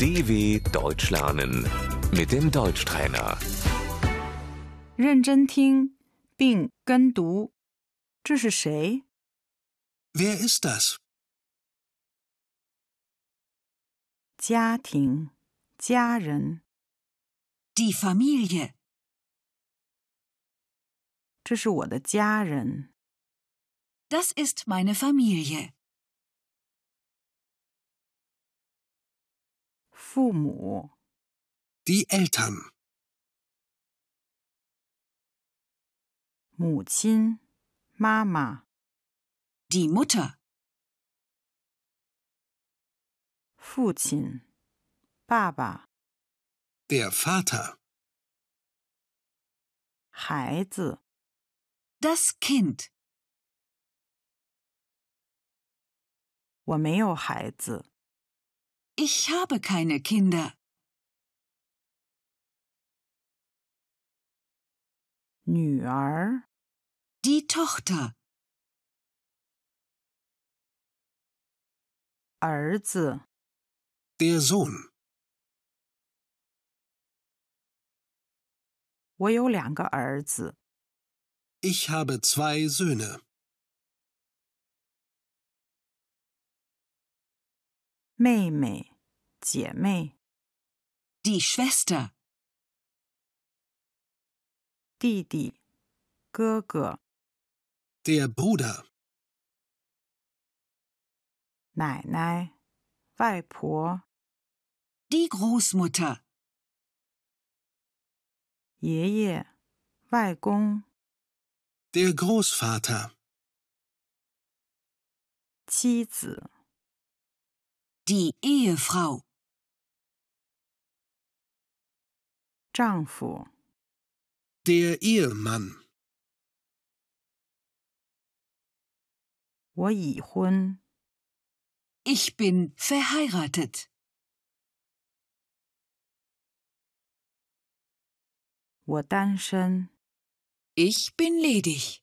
DW Deutsch lernen mit dem Deutschtrainer. 认真听并跟读。这是谁？ Wer ist das? 家庭、家人。 Die Familie. 这是我的家人。 Das ist meine Familie. 父母、 Die Eltern. 母亲、妈妈、 Die Mutter. 父亲、爸爸、 Der Vater. 孩子、 Das Kind. 我没有孩子、 Ich habe keine Kinder. 女儿、 Die Tochter. 儿子、 Der Sohn. 我有两个儿子， Ich habe zwei Söhne. 妹妹、姐妹、 Die Schwester. 弟弟、哥哥、 Der Bruder. 奶奶、外婆、 Die Großmutter. 爷爷、外公、 Der Großvater. 妻子、 Die Ehefrau. 丈夫、 Der Ehemann. 我已婚。 Ich bin verheiratet. 我单身， Ich bin ledig.